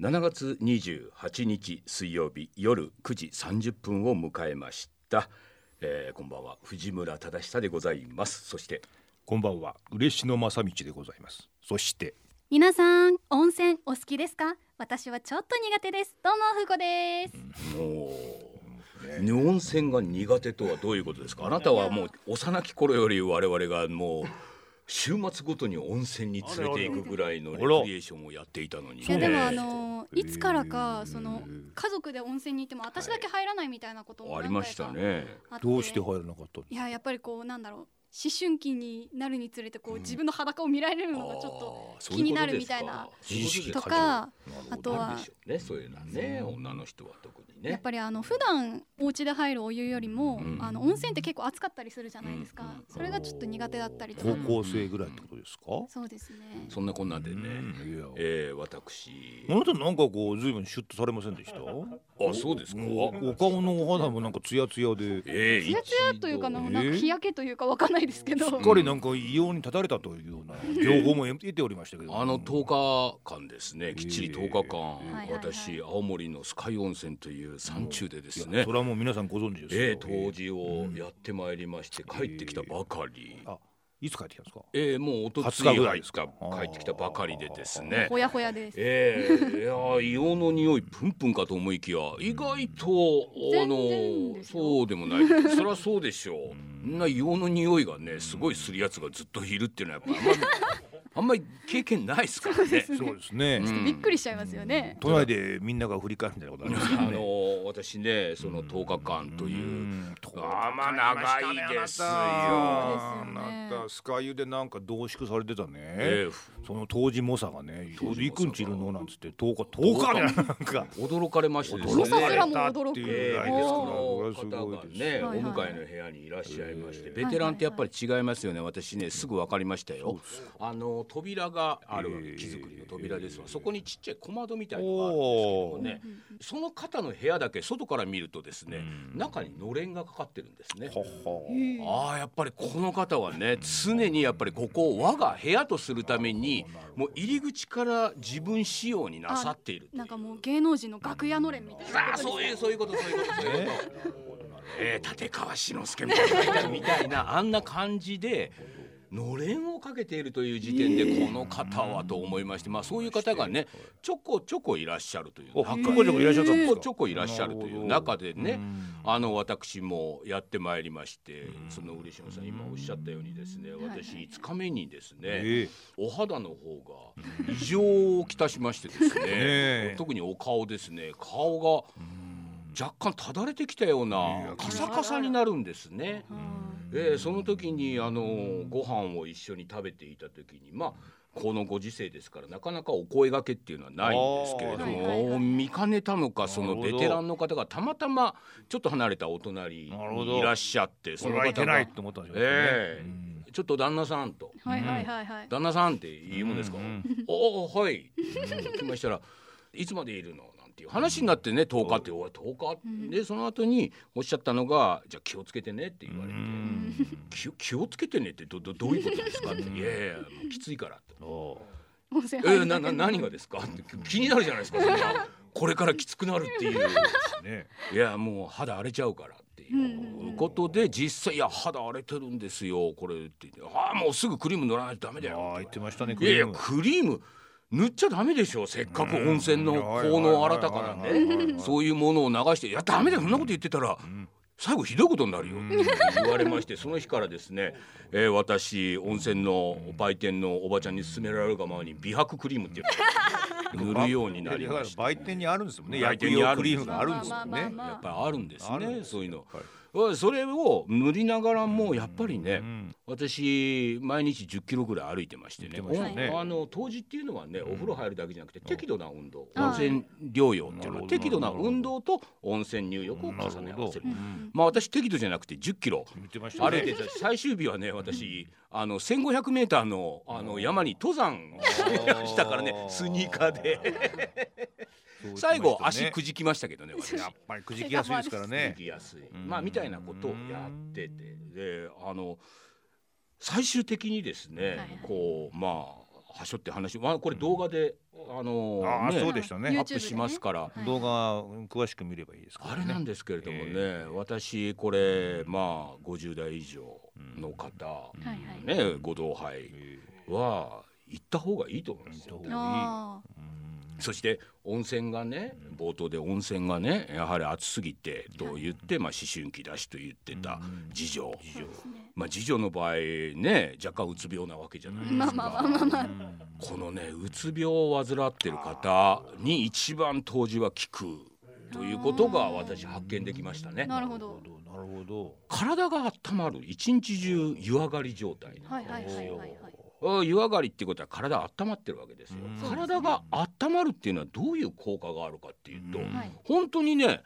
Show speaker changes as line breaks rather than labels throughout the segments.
7月28日水曜日夜9時30分を迎えました、えー、こんばんは藤村忠久でございますそして
こんばんは嬉野正道でございますそして
皆さん温泉お好きですか私はちょっと苦手ですどうもふこです
もう温泉が苦手とはどういうことですかあなたはもう幼き頃より我々がもう週末ごとに温泉に連れていくぐらいのレクリエーションをやっていたのに
いや
ね
でも
え
あのいつからかその家族で温泉に行っても私だけ入らないみたいなことも
ありま
何回か
したね
あって
どうして入らなかったの
いややっぱりこうなんだろう思春期になるにつれてこう自分の裸を見られるのがちょっと
あーそういうことですか
気になるみたいな
そういうことです
と
か
かあと
ある
は
でしょうねそういうのはね女の人は特にね
やっぱりあの普段お家で入るお湯よりも、
うん
あの温泉って結構暑かったりするじゃないですか、
うんうん
それがちょっと苦手だったりとか
高校生ぐらいってことですか、
そうですね
そんなこんなでね、
うんいや
えー、私
あなたなんかこうずいぶんシュッとされませんでした
あそうですか
おお顔のお肌もなんかツヤツヤで
え
ツヤツヤというかな
一
え
度
ー
なんか日焼けというかわかんないですけど、
すっかりなんか異様に立たれたというような情報も得ておりましたけど
あの10日間ですねきっちり10日間、
はいはい
私青森の酸ヶ湯温泉という山中でです
いや
ね
それはもう皆さんご存知ですよ
えー、当時をやってまいりまして帰ってきたばかり、
あいつ帰ってきたんですか
えー、もうおとつい
20日ぐら
入
い
っ
です
た
か
帰ってきたばかりでですね
ほやほやです、
えー、いやー硫黄の匂いプンプンかと思いきや意外とあのー
全然ですよ
そうでもないそりゃそうでしょうみんな硫黄の匂いがねすごいするやつがずっといるっていうのはやっぱあんまりあんまり経験ないですからね。
そうですね、
うん
びっくりしちゃいますよね、
都内でみんなが振り返るみたいなことありますよ
あ の
ね
ー私ねその10日間といううんあまあ長いですよ
あ
そうですよね
なたスカユでなんか凝縮されてたね、
えーふ
その当時猛者がね「
当時猛者が
いくんちいるの?」なんつって10日10日ねなんか
驚かれましてです
驚かれた猛者すらも
っていう
え
ぐ
ー
らい
ベ
です
テラ
から
ン
これ
の
はす
方
ご
が
いです
ね、
はいはい
お迎えの部屋にいらっしゃいまして、ベテランってやっぱり違いますよね。私ね、すぐ分かりましたよ。あの扉があるわけ、
えー
木造りの扉ですわ。そこにちっちゃい小窓みたいなのがあるん
お
ですけどもね。その方の部屋だけ外から見るとですね、中にのれんがかかってるんですね。
ー
ああやっぱりこの方はね常にやっぱりここを我が部屋とするためにもう入り口から自分仕様になさっているっていう
なんかもう芸能人の楽屋のれんみたいな
ああそういうそういうことそういうことそういうこと。 えー、立川志の輔みたいなみたいなあんな感じで。のれんをかけているという時点でこの方はと思いまして、まあそういう方がねちょこちょこいらっしゃるという
お
中
ちょこちょこいらっしゃったんで
ちょ
すか
こちょこいらっしゃるという中でねあの私もやってまいりましてその嬉野さん今おっしゃったようにですね私5日目にですね、
ええ
お肌の方が異常をきたしましてですね
え
特にお顔ですね顔が若干ただれてきたようなカサカサになるんですね。えーその時にあのご飯を一緒に食べていた時にまあこのご時世ですからなかなかお声がけっていうのはないんですけれど
あーはいはいは
も
い
見かねたのかその
なるほ
ベ
ど
テランの方がたまたまちょっと離れたお隣
なるほ
に
ど
いらっしゃって
そ
そ
れ
の
はいけ
方
な
が
いと思ったんでしょうね、
ええちょっと旦那さんと
はいはいはいはい、
旦那さんって言うもんですか、
う
お
ん
おーはい」来ましたら「いつまでいるの?」なんていう話になってね10日って「おい10日」でその後におっしゃったのが「じゃあ気をつけてね」って言われて「気を気をつけてね」ってどどどういうことですかって「いやいやもうきついから」って
お
温
「
泉
え
入る
な
だけ
な
で
何がですか?」って気になるじゃないですかそれはこれからきつくなるっていう。
うね
いやもう肌荒れちゃうからっていうことで実際「いや肌荒れてるんですよこれ」って言って「ああもうすぐクリーム塗らないとダメだよ」
ああ言ってましたね
いやいやクリーム塗っちゃダメでしょせっかく温泉の効能新たかな
うんはいはいはいはい
ねそういうものを流して「いやダメだよそんなこと言ってたら最後ひどいことになるよ」って言われましてその日からですね、えー私温泉の売店のおばちゃんに勧められるがままに美白クリームっていう のを塗るようになりました。
売店にあるんですもんね
売
薬
店にあ
用
る
クリームがあるんです
ま
も
あ
ん
まあまあ
ね
まあ
やっぱりあるんです
あるん
ね
です
そういうの
は。
それを塗りながらもやっぱりね、私毎日10キロぐらい歩いてましてね
言ってましたね
おあの当時っていうのはねお風呂入るだけじゃなくて適度な運動、
うん
温泉療養っていうの
なる
は
ほど
適度な運動と温泉入浴を重ね合わせる。まあ私適度じゃなくて10キロ
言ってました
歩いて
ね
た最終日はね私あの1500メーターのあの山に登山したからねスニーカーで最後足く
じ
じきましたけどね私
やっぱりくじきやすいですからね
行きやすい、まあみたいなことをやっててであの最終的にですね、
はいはい
こうまあはしょって話、まあ、これ動画で、あの
あー
ね
そうでしたね
ア
ア
ップしますから、
はい
動画詳しく見ればいいですから
あ
ね
れなんですけれどもね、
え
私これまあ50代以上の方、
らはいはい。
ねご同輩
え
は行った方がいいと思いますよ。
うん
あ
ーうん
そして温泉がね冒頭で温泉がねやはり暑すぎてと言って、まあ、思春期だしと言ってた次女、
あ、そうですね。
まあ、次女の場合ね若干うつ病なわけじゃないですか。
まあまあまあまあまあ。
このねうつ病を患ってる方に一番当時は効くということが私発見できましたね。
なるほど。
なるほど
体が温まる一日中湯上がり状態なん
はい
ですよ
はいはいはいはい。
あ湯上がりってことは体温まってるわけですよ
うん
体が温まるっていうのはどういう効果があるかっていうと、
うん
はい
本当にね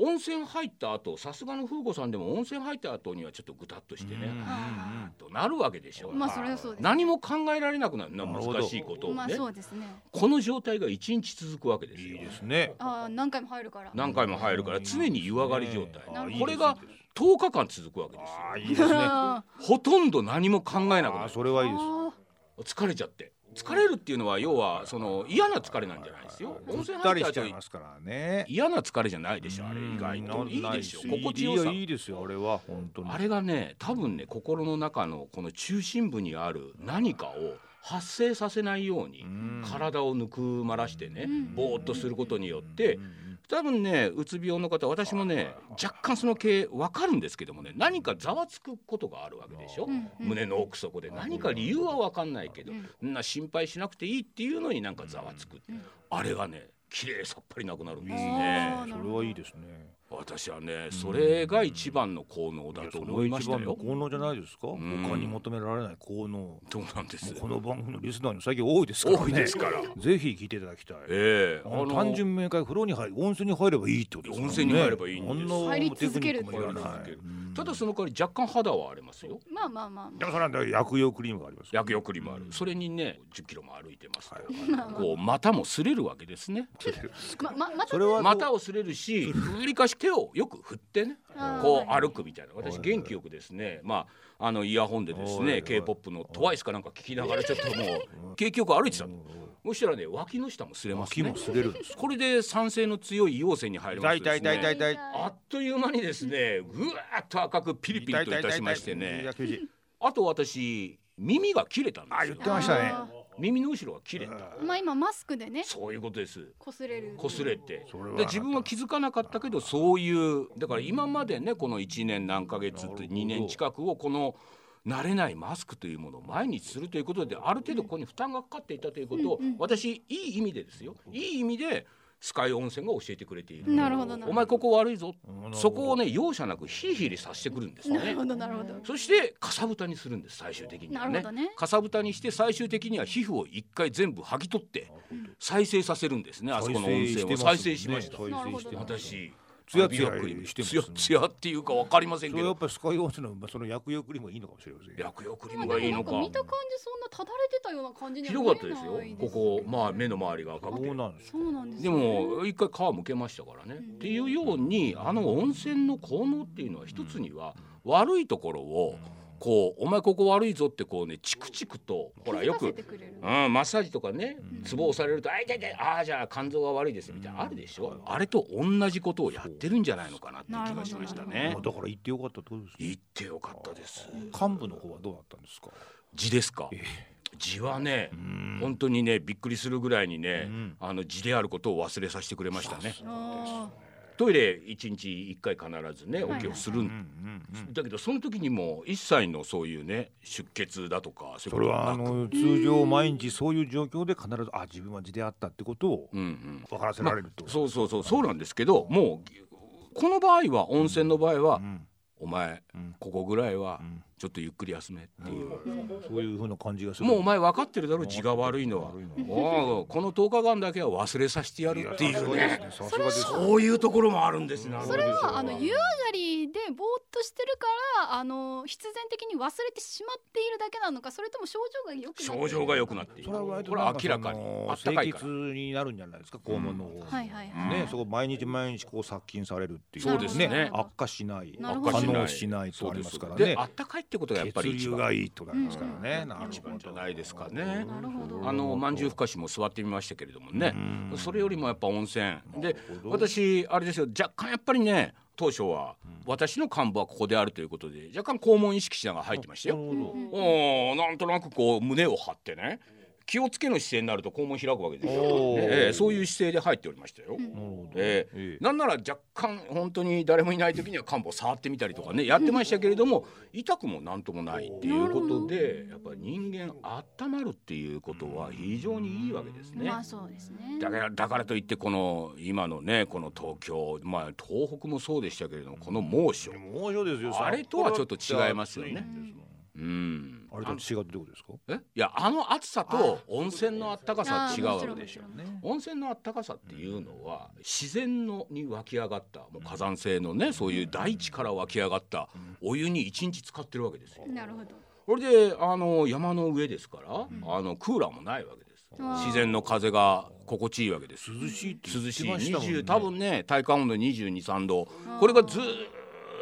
温泉入った後さすがの風子さんでも温泉入った後にはちょっとぐたっとしてね、
うん
あ
となるわけでしょ、
まあそれはそうです。
何も考えられなくなるな
なるほど
難しいことをね、
まあそうですね。
この状態が一日続くわけですよ
いいですね
ああ何回も入るから。
何回も入るから常に湯上がり状態、
なるほど
これが10日間続くわけですよ
ああいいですね
あ
ほとんど何も考えなくな
あ
る
ーそれはいいです
あ
疲れちゃって疲れるっていうのは要はその嫌な疲れなんじゃないですよ温
ぐ
泉
った
入っ
り
た
しち
後
ゃいますからね
嫌な疲れじゃないでしょあれ意外
う
と
ん
いいでしょ
な
心地よさ
いいいいですよあれは本当に
あれがね多分ね心の中のこの中心部にある何かを発生させないように
うん
体をぬくまらしてね
うん
ぼーっとすることによって
うんうん
多分ねうつ病の方私もね若干その系わかるんですけどもね何かざわつくことがあるわけでしょ、
うんうん
胸の奥底で何か理由はわかんないけど、そんな心配しなくていいっていうのになんかざわつく、
うん
あれがね綺麗さっぱりなくなるんです
あ
ね
ーな
そ
る
れ
ほど
はいいですね
私はねそれが一番の効能だと思いました
いやそれが
よ
一番の効能じゃないですか
ん
他に求められない効能も
そうなんです
うこの番組のリスナーの最近多いですからね
多いですから
ぜひ聞いていただきたい
ええ
あの単純明快風呂に入る温泉に入ればいいってことですもんね
温泉に入ればいいんです
こな
入り続ける
テクニックもいらない
入り続ける
うん
ただその代わり若干肌は荒れますよ
まあまあまあま
でもそれは薬用クリームがあります
薬浴にもあるそれにね1 0キロも歩いてますと、
い
こう股も擦れるわけですね
あ。まままた
それは
股を擦れるし振りかし手をよく振ってね
あー
こう
はい
歩くみたいな私元気よくですねまああのイヤホンでです
おいお
ね
い
k p o p の TWICE かなんか聞きながらちょっともう景気よく歩いてたのそしたらね脇の下も擦れます
木
ね
も擦れるんです
これで酸性の強い硫黄泉に入りま
痛
す
い
とで
痛
す
い痛い痛
ね
い痛い
痛
あっという間にですねぐわーっと赤くピリピリといたしまして
い
ね
や厳しい
あと私耳が切れたんで
あ
す
言
よ
ってましたね
あ
耳の後ろが切れた
いまあ今マスクでね
そういうことです
擦れる。
擦れて
それはなかっ
で
た
自分は気づかなかったけどそういうだから今までねこの1年何ヶ月って2年近くをこの慣れないマスクというものを毎日するということである程度ここに負担がかかっていたということを私いい意味でですよいい意味でスカイ温泉が教えてくれている
なるほどなるほど
お前ここ悪いぞ
ほど
そこをね容赦なくヒリヒリさせてくるんです
な
ね
るほどなるほど。
そしてかさぶたにするんです最終的には
な
ね
るほどね
かさぶたにして最終的には皮膚を一回全部剥ぎ取って再生させるんですねあそこの温泉を再生しました
再生してます
私
ツヤツヤ
アビアクリーム
してます
ツヤツヤっていうかわかりません
そ
け
れはや
ど
っぱりスカイ温泉のその薬用クリームがいいのかもしれませんよ
薬用クリー
まあ
ム
で
がいいの
もなんか
か
見た感じそんなただれてたような感じには
広かったです
見
よ
えない
こ
です
こまあ目の周りが赤
そ
くて
うなんです
そうなんです
で
よね。
も一回皮むけましたからね、っていうようにあの温泉の効能っていうのは一つには悪いところをこうお前ここ悪いぞってこうねチクチクとほらよ
気
く
づかせてくれる
うん、マッサージとかね、ツボ押されると、あいたいたい、ああ、じゃあ肝臓が悪いですみたいな、あるでしょ。あれと同じことをやってるんじゃないのかなって気がしました
な
ね
まあ。だから行ってよかったってことですね
言ってよかったです。
幹部の方はどうだったんですか
字ですか。字はね、本当にね、びっくりするぐらいにね、あの字であることを忘れさせてくれましたね。
あ
トイレ一日一回必ずね、お
はい
経をするん
うんうんうん
だけど、その時にも一切のそういうね、出血だとか、そう
そ
いう
れ
こと
はあ
なく
の通常毎日そういう状況で必ずあ自分は地であったってことを
うんうん。
分からせられると、
そうそうそうそうなんですけどもうこの場合は温泉の場合は、
ん
お前、ここぐらいはちょっとゆっくり休めっていう、
そういうふうな感じがする
もうお前分かってるだろ字が悪いのはおうこの10日間だけは忘れさせてやるっていうね
さすがですねさすがです
そういうところもあるんですね
あ。それはあの湯上がりいでぼーっとしてるからあの必然的に忘れてしまっているだけなのかそれとも症状が良くなって
症状が良くなっている
それは割と
これ
な
は
んか
明らかに
その
あったかいか
清
ら
潔になるんじゃないですか肛門の方
はいはいはい、
ね、そこ毎日毎日こう殺菌されるっていう
そうですね
悪化しない
なる
悪
ほど
化しないしないとありますから
そうです
ね
であったかいってことがやっぱり
血
一
流
番
がいいとかありますからね、
うん
なるほど
一番じゃないですかね
なるほど
あの饅頭ふかしも座ってみましたけれどもね
うん
それよりもやっぱ温泉で
るほど
私あれですよ若干やっぱりね当初は私の幹部はここであるということで若干肛門意識しながら入ってましたよ。
なるほ
うん
おーなんとなくこう胸を張ってね気をつけの姿勢になると肛門開くわけですよ、
おー
ええそういう姿勢で入っておりましたよ。
うん
どなるほど
ええなんなら若干本当に誰もいない時には漢方触ってみたりとかねやってましたけれども痛くもなんともないっていうことでやっぱり人間温まるっていうことは非常にいいわけですね
ま。あそうですね
だからだからといってこの今のねこの東京まあ東北もそうでしたけれどもこの猛暑
でも面白いですよ
あれとはちょっと違いますよね
札幌だって暑いんですもん
うん
あれと違うってどういうことですか
えいやあの暑さと温泉の暖かさは違うわけでしょ
あーもちろんもちろん。
ね
温泉の暖かさっていうのは自然のに湧き上がったもう火山性のねそういう大地から湧き上がったお湯に一日使ってるわけですよ。
なるほど
それであの山の上ですからあのクーラーもないわけです。
あー
自然の風が心地いいわけです。
涼しいって言
涼しい
ってましたもんね
20多分ね体感温度22、3度
ー
これがずー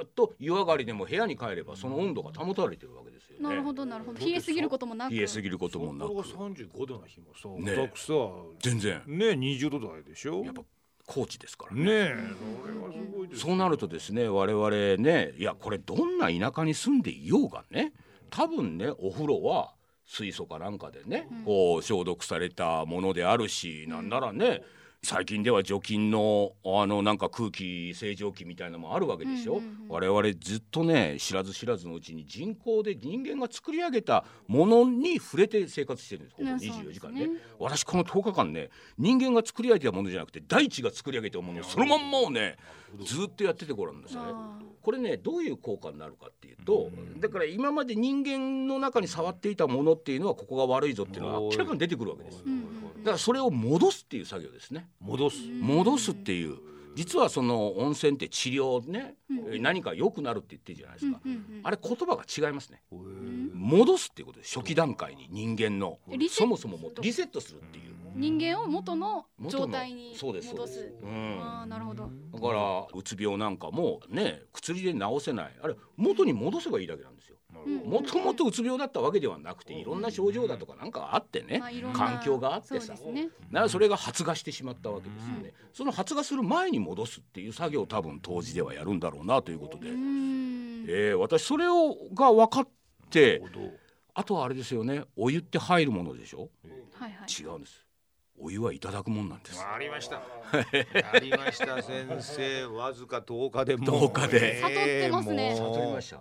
っと湯上がりでも部屋に帰ればその温度が保たれてるわけですよね。
なるほどなるほど冷えすぎることもなく
冷えすぎることもな
札幌
く
が三十五度の日もさ、
ね
ね、くさ
全然
ね二十度台でしょ。
やっぱ高知ですからね
ねえ、それはすごいです。
そうなるとですね我々ねいやこれどんな田舎に住んでいようがね多分ねお風呂は水素かなんかでね、
うん
こう消毒されたものであるしなんならね最近では除菌のあのなんか空気清浄機みたいなのもあるわけでしょ、
うんうんうん
我々ずっとね知らず知らずのうちに人工で人間が作り上げたものに触れて生活してるんですここ
うん
24時間ね
そうですね
私この10日間ね人間が作り上げたものじゃなくて大地が作り上げたものをそのまんまをねずっとやっててごらんなさい
あー
これねどういう効果になるかっていうとだから今まで人間の中に触っていたものっていうのはここが悪いぞっていうのが明らかに出てくるわけですだ
うん
からそれを戻すっていう作業ですね
戻す。
戻すっていう実はその温泉って治療ね
うん
何か良くなるって言ってるじゃないで
う
す
ん
か
うん
あれ言葉が違いますね
へえ
うん
戻すっていうことです初期段階に人間の
リセット
そもそももリセットするっていう
人間を元の
元の
状態に
そう
戻
です
す
そうですうん
ああなるほど
だからうつ病なんかもね薬で治せないあれ元に戻せばいいだけなんですよ。
うん
もともとうつ病だったわけではなくていろんな症状だとかなんかがあってね
まあいろんな
環境があって
そ
さ
うですね
なそれが発芽してしまったわけですよねその発芽する前に戻すっていう作業を多分当時ではやるんだろうなということで
う、ん
えー私それをが分かって
なるほど
あとはあれですよねお湯って入るものでしょ
はいはい
違うんですお湯はいただくもんなんです
ありま した。ありました先生わずか10日でもう
10日で
悟ってますね
もう
悟りました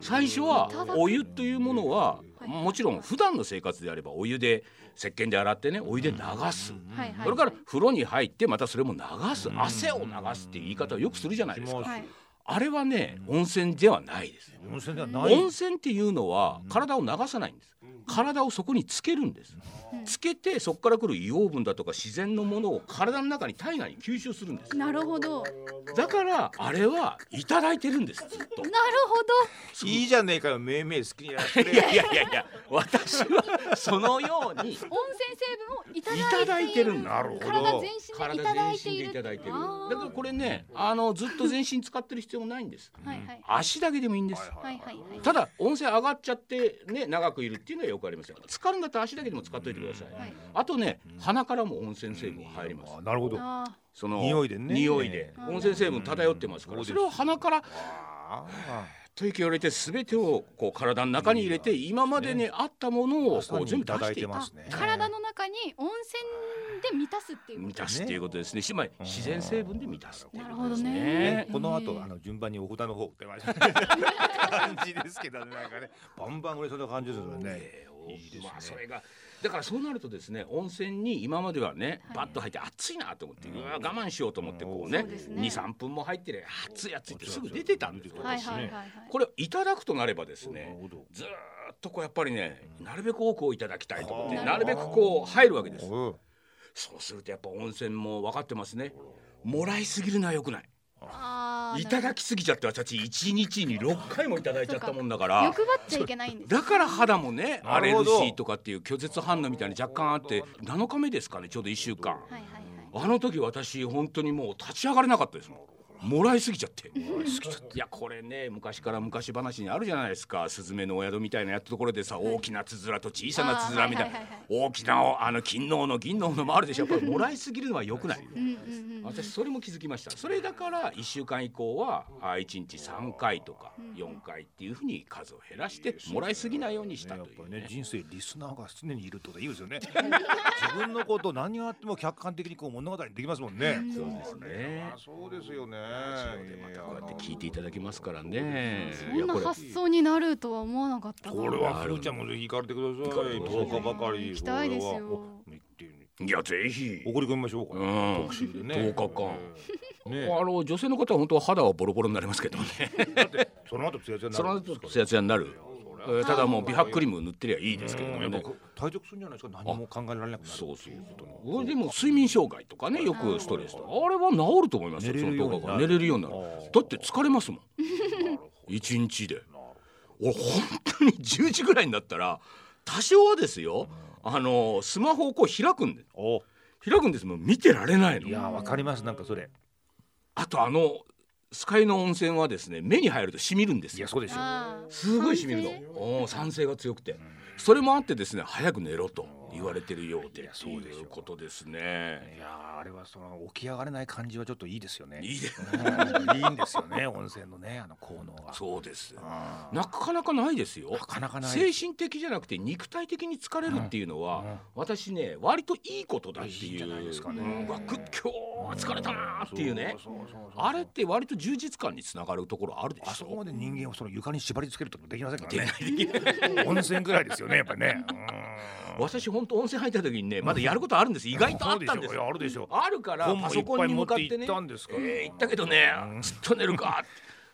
最初はお湯というものは
はい
もちろん普段の生活であればお湯で石鹸で洗ってねお湯で流す
はいはい
それから風呂に入ってまたそれも流す汗を流すっていう言い方をよくするじゃないです
う
か
ん
はい
あれはね温泉ではないです
温泉ではない。
温泉っていうのは体を流さないんです体をそこにつけるんです
うん
つけてそこから来る硫黄分だとか自然のものを体の中に体内に吸収するんです
なるほどなる
だからあれはいただいてるんですずっと
ほ
いいじゃねえかよめいめい好きにやってく
いや
れ。
いやいやいや私はそのように
ど温泉成分をい
いた
ただ
だ
い
い
て
て
いる
るんだ
なるほど
体全身でいただ
体
いて
全身
い
で
る
いただいてる
あー
だからこれねあのずっと全身使ってる必要もないんです
はいはい
足だけでもいいんです
はいはいはい
ただ温泉上がっちゃってね長くいるっていうのはよくありますよ使うんだったら足だけでも使っといてください
はい
あとね鼻からも温泉成分入ります
あなるほど。
あー
その
匂いでね
匂いで
うん
温泉成分漂ってますからそれを鼻から
ああ
吐息を入れて全てをこう体の中に入れて今までにあったものをこう全部出していく
ま
あ
すね
体の中に温泉で満たすっていうこ
満
と
たすっていうことですね。まり自然成分で満たすっていうことです
なるほどね
ね。
この後、
えー
あの順番にお札の方出ました 感じですけどねなんかねバンバン売れそうな感じですよね。
えー
いいですね
まあそれがだからそうなるとですね温泉に今まではね
はい
バッと入って暑いなと思って、うわ我慢しようと思ってこう
そ
ね
うですね
23分も入ってね暑い暑いってすぐ出てたんですよ
はい
私
はいはいはい
これをいただくとなればです
な
ね
るほど
ずーっとこうやっぱりねなるべく多くをいただきたいと思って
はあ
なるべくこう入るわけです
うん
そうするとやっぱ温泉も分かってますねもらいすぎるのは良くない
ああー
いただきすぎちゃって私一日に6回もいただいちゃったもんだから
欲張っちゃいけないんです
だから肌もね
な
荒れ
るほ
る
ど
しとかっていう拒絶反応みたいに若干あって7日目ですかねちょうど1週間
はいはい
あの時私本当にもう立ち上がれなかったですもんもらいすぎちゃっていやこれね昔から昔話にあるじゃないですか「スズメのお宿」みたいなやったところでさ大きなつづらと小さなつづらみたいな
あーはいはいはい
大きなあの金の斧銀の斧もあるでしょやっぱりもらいすぎるのは良くない。
はいうんうんうんうん
私それも気づきましたそれだから1週間以降はあ1日3回とか4回っていうふうに数を減らしてもらいすぎないようにした
ねやっ
とい
ぱ
う
りね
ね
人生リスナーが常にいるってことはいいですよね自分のことを何があっても客観的にこう物語にできますもんね
そうですね
あそうですよね
でまたこうやって聞いていただきますからねい
そ
や
ん
こ
な
れ
発想になるとは思わなかったな
これはふーちゃんもぜひ行かれてください
行かれてください
10日ばかり
行きたいですよ
これはお行って
いやぜひ
送り込みましょうか、
うん
特集でね
10日間
ね
あの女性の方は本当は肌はボロボロになりますけどね
その後ツヤツヤにな
そ
る
の
んです
後
か
ツヤツヤになるえーただもう美白クリーム塗ってりゃいいですけど
うん
も
やっぱ
ね
こう退職するんじゃないですか何も考えられなくなる
そうそうそうでも睡眠障害とかねよくストレスとかあれは治ると思いますよ
寝
その
れるよう
動
にな
画
る
が寝れるようになる
あ
だって疲れますもん一日で俺本当に10時ぐらいになったら多少はですよあのスマホをこう開くんで
お
開くんですもん見てられない
いや
の
ーわかりますなんかそれ
あとあのスカイの温泉はですね目に入るとしみるんです
いや
よ
そうですよ
あー
すごいしみるの
酸性
おー酸性が強くてそれもあってですね早く寝ろと言われてるようで
いや
と
そうでしょう
いうことですね
いやーあれはその起き上がれない感じはちょっといいですよね
いいで
うんいいんですよね温泉のねあの効能が
そうです
あー
なかなかないですよ
なかなかない
精神的じゃなくて肉体的に疲れるっていうのは、
うんうん
私ね割といいことだっていう
いいじゃないですかね
うんうわく今日は疲れたなーっていうね
そうそうそうそう
あれって割と充実感につながるところあるでしょ
あそこまで人間をその床に縛り付けるってことできませんか
で
ら
な
ね
いできない
温泉ぐらいですよねやっぱりねうん
私本当温泉入った時にねまだやることあるんです意外とあったんです
そうしょいやあるでしょ
あるから
本
パ
もい
ソ
っ
コ
ぱ
ン
い
に
持
向
っ
かってて
行
ね
ったんですから
えー行ったけどね
うん
ずっと寝るか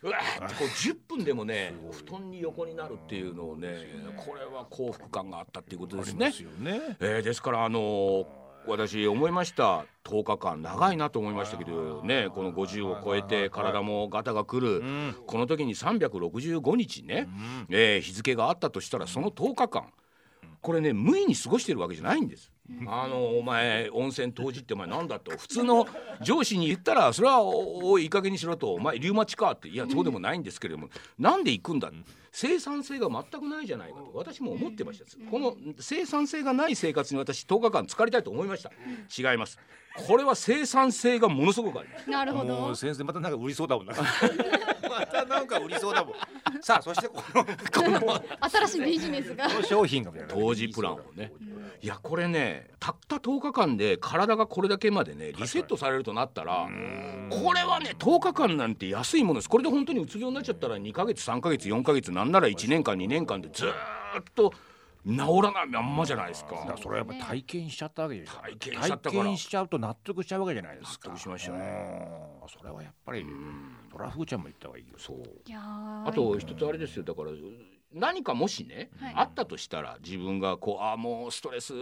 うわーってこう10分でもね布団に横になるっていうのをねこれは幸福感があったっていうことですね
ですよね
えーですからあのー私思いました10日間長いなと思いましたけどねこの50を超えて体もガタが来る、
ん
この時に365日ね、えー日付があったとしたらその10日間これね無意に過ごしてるわけじゃないんです。あのお前温泉当時ってお前なんだと普通の上司に言ったらそれはおおいい加減にしろとお前リウマチかっていやそうでもないんですけれどもなんで行くんだ生産性が全くないじゃないかと私も思ってましたこの生産性がない生活に私10日間疲れたいと思いました違いますこれは生産性がものすごくあります
なるほ
も
ど
う先生またなんか売りそうだ もんなまたなんか売りそうだもんさあそしてこのこの
新しいビジネスが
商品が
当時プランをねいやこれねたった10日間で体がこれだけまでねリセットされるとなったらこれはね10日間なんて安いものですこれで本当にうつ病になっちゃったら2ヶ月3ヶ月4ヶ月なんなら1年間2年間でずーっと治らないまんまじゃないです
だから
か。
それはやっぱ体験しちゃったわけじゃない
体験しちゃったから
体験しちゃうと納得しちゃうわけじゃないですか
納得しましたね
うんそれはやっぱりドラフーちゃんも言った方がいいよ
そう
いやー
あと一つあれですよだから何かもしね、
はい
あったとしたら自分がこうああもうストレス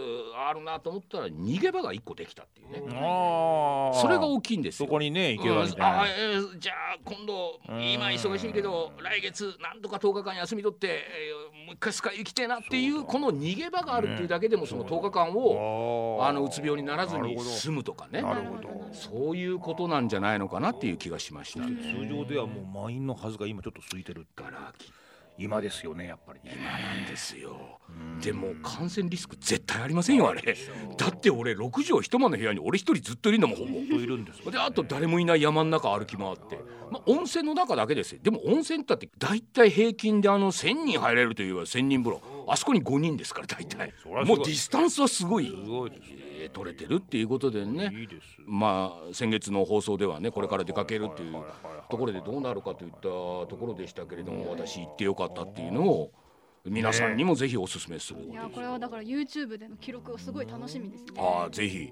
あるなと思ったら逃げ場が一個できたっていうね、
あ
それが
きい
大きいんです
そ
よ。
こにね行けばみたい
うんあ
な
あえーじゃあ今度今忙しいけど来月なんとか10日間休み取って、えーもう一回スカイ行きてえなっていうこの逃げ場があるっていうだけでもその10日間を
あ
あのうつ病にならず
なる
に
ほど
済むとかね
なるほど
そういうことなんじゃないのかなっていう気がしましたね。
通常ではもう満員のはずが今ちょっと空いてるってい
か
う
らきっ
今ですよねやっぱり今
なんですよでも感染リスク絶対ありませんよあれだって俺6畳一間の部屋に俺一人ずっといるんだもんほぼ
といるんですよ
であと誰もいない山の中歩き回って、まあ、温泉の中だけですよでも温泉だって大体平均であの1,000人入れるといえば1,000人風呂あそこに5人ですから大体
そりゃす
も
ご
う
い
ディスタンスはすごい
すごいですね
えー取れてるっていうことでね
いいです
まあ先月の放送ではねこれから出かけるっていう
はいはいはいはい
ところでどうなるかといったところでしたけれども私行ってよかったっていうのを皆さんにもぜひお勧めするってい
いうやーこれはだから YouTube での記録をすごい楽しみですね
ああぜひ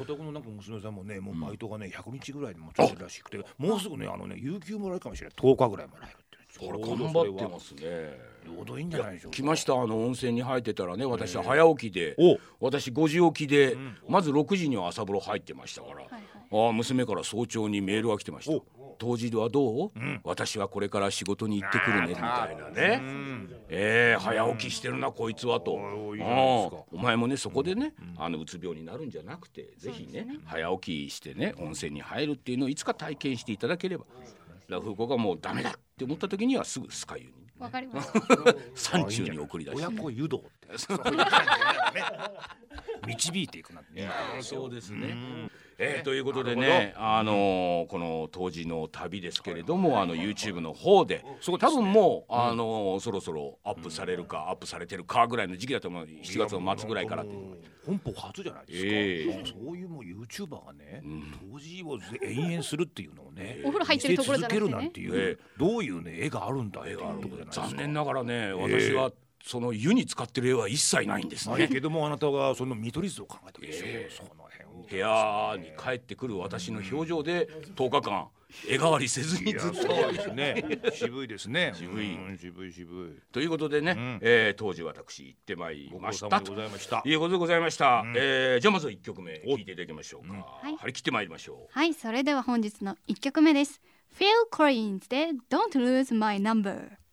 お宅のなんか娘さんもねもうバイトがね100日ぐらいでもうちょっとらしくてもうすぐねあのね有給もらえるかもしれない10日ぐらいもらえるって言うんです
これ頑張ってますね。
ちょうどいいんじゃないでしょうか
来ましたあの温泉に入ってたらね私は
え
早起きで
お
私5時起きで、
ん
まず6時には朝風呂入ってましたから、
はい
ああ娘から早朝にメールが来てました「当時はどう、私はこれから仕事に行ってくるね」みたいなね。ええ早起きしてるなこいつはと、
おーいいじゃないですか
ああお前もねそこでね、あのうつ病になるんじゃなくてぜひね早起きしてね温泉に入るっていうのをいつか体験していただければラフーコがもうダメだって思った時にはすぐスカユに
わかりました。
山中に送り出して
親子誘導ってそういう感じでね導いていくなんてね
そうですね。えーということでね、あのーこの当時の旅ですけれども、あの YouTube の方で、
そうです
多
ね
分もうあのーそろそろアップされるかアップされてるかぐらいの時期だと思う。7月の末ぐらいからっていうのが。
本邦初じゃない
え
で
え
すか、そういうもうユーチューバーがね、当時を延々するっていうのをね
お風呂入ってるところじゃなくてね
見せ続けるなんていう、
え
どういうね絵があるんだ絵があるところじゃないです
残
か
念ながらね、私はその湯に使ってる絵は一切ないんです
ない
ね。
けどもあなたがその見取り図を考えたでしょ、
ええ
その辺を
部屋に帰ってくる私の表情で10日間絵代わりせずにずっと
そうですね渋いですね
渋い
うん渋い渋い
ということでね、
ん
えー当時私行ってまいり
ご
ま
苦労
し
様
た
で
と
ございました
いうことでございました、えーじゃあまずは1曲目
お
聴いていただきましょうか、
うんはい
張り切ってまいりましょ
はい、それでは本日の一曲目です。Phil Collins で Don't Lose My Number。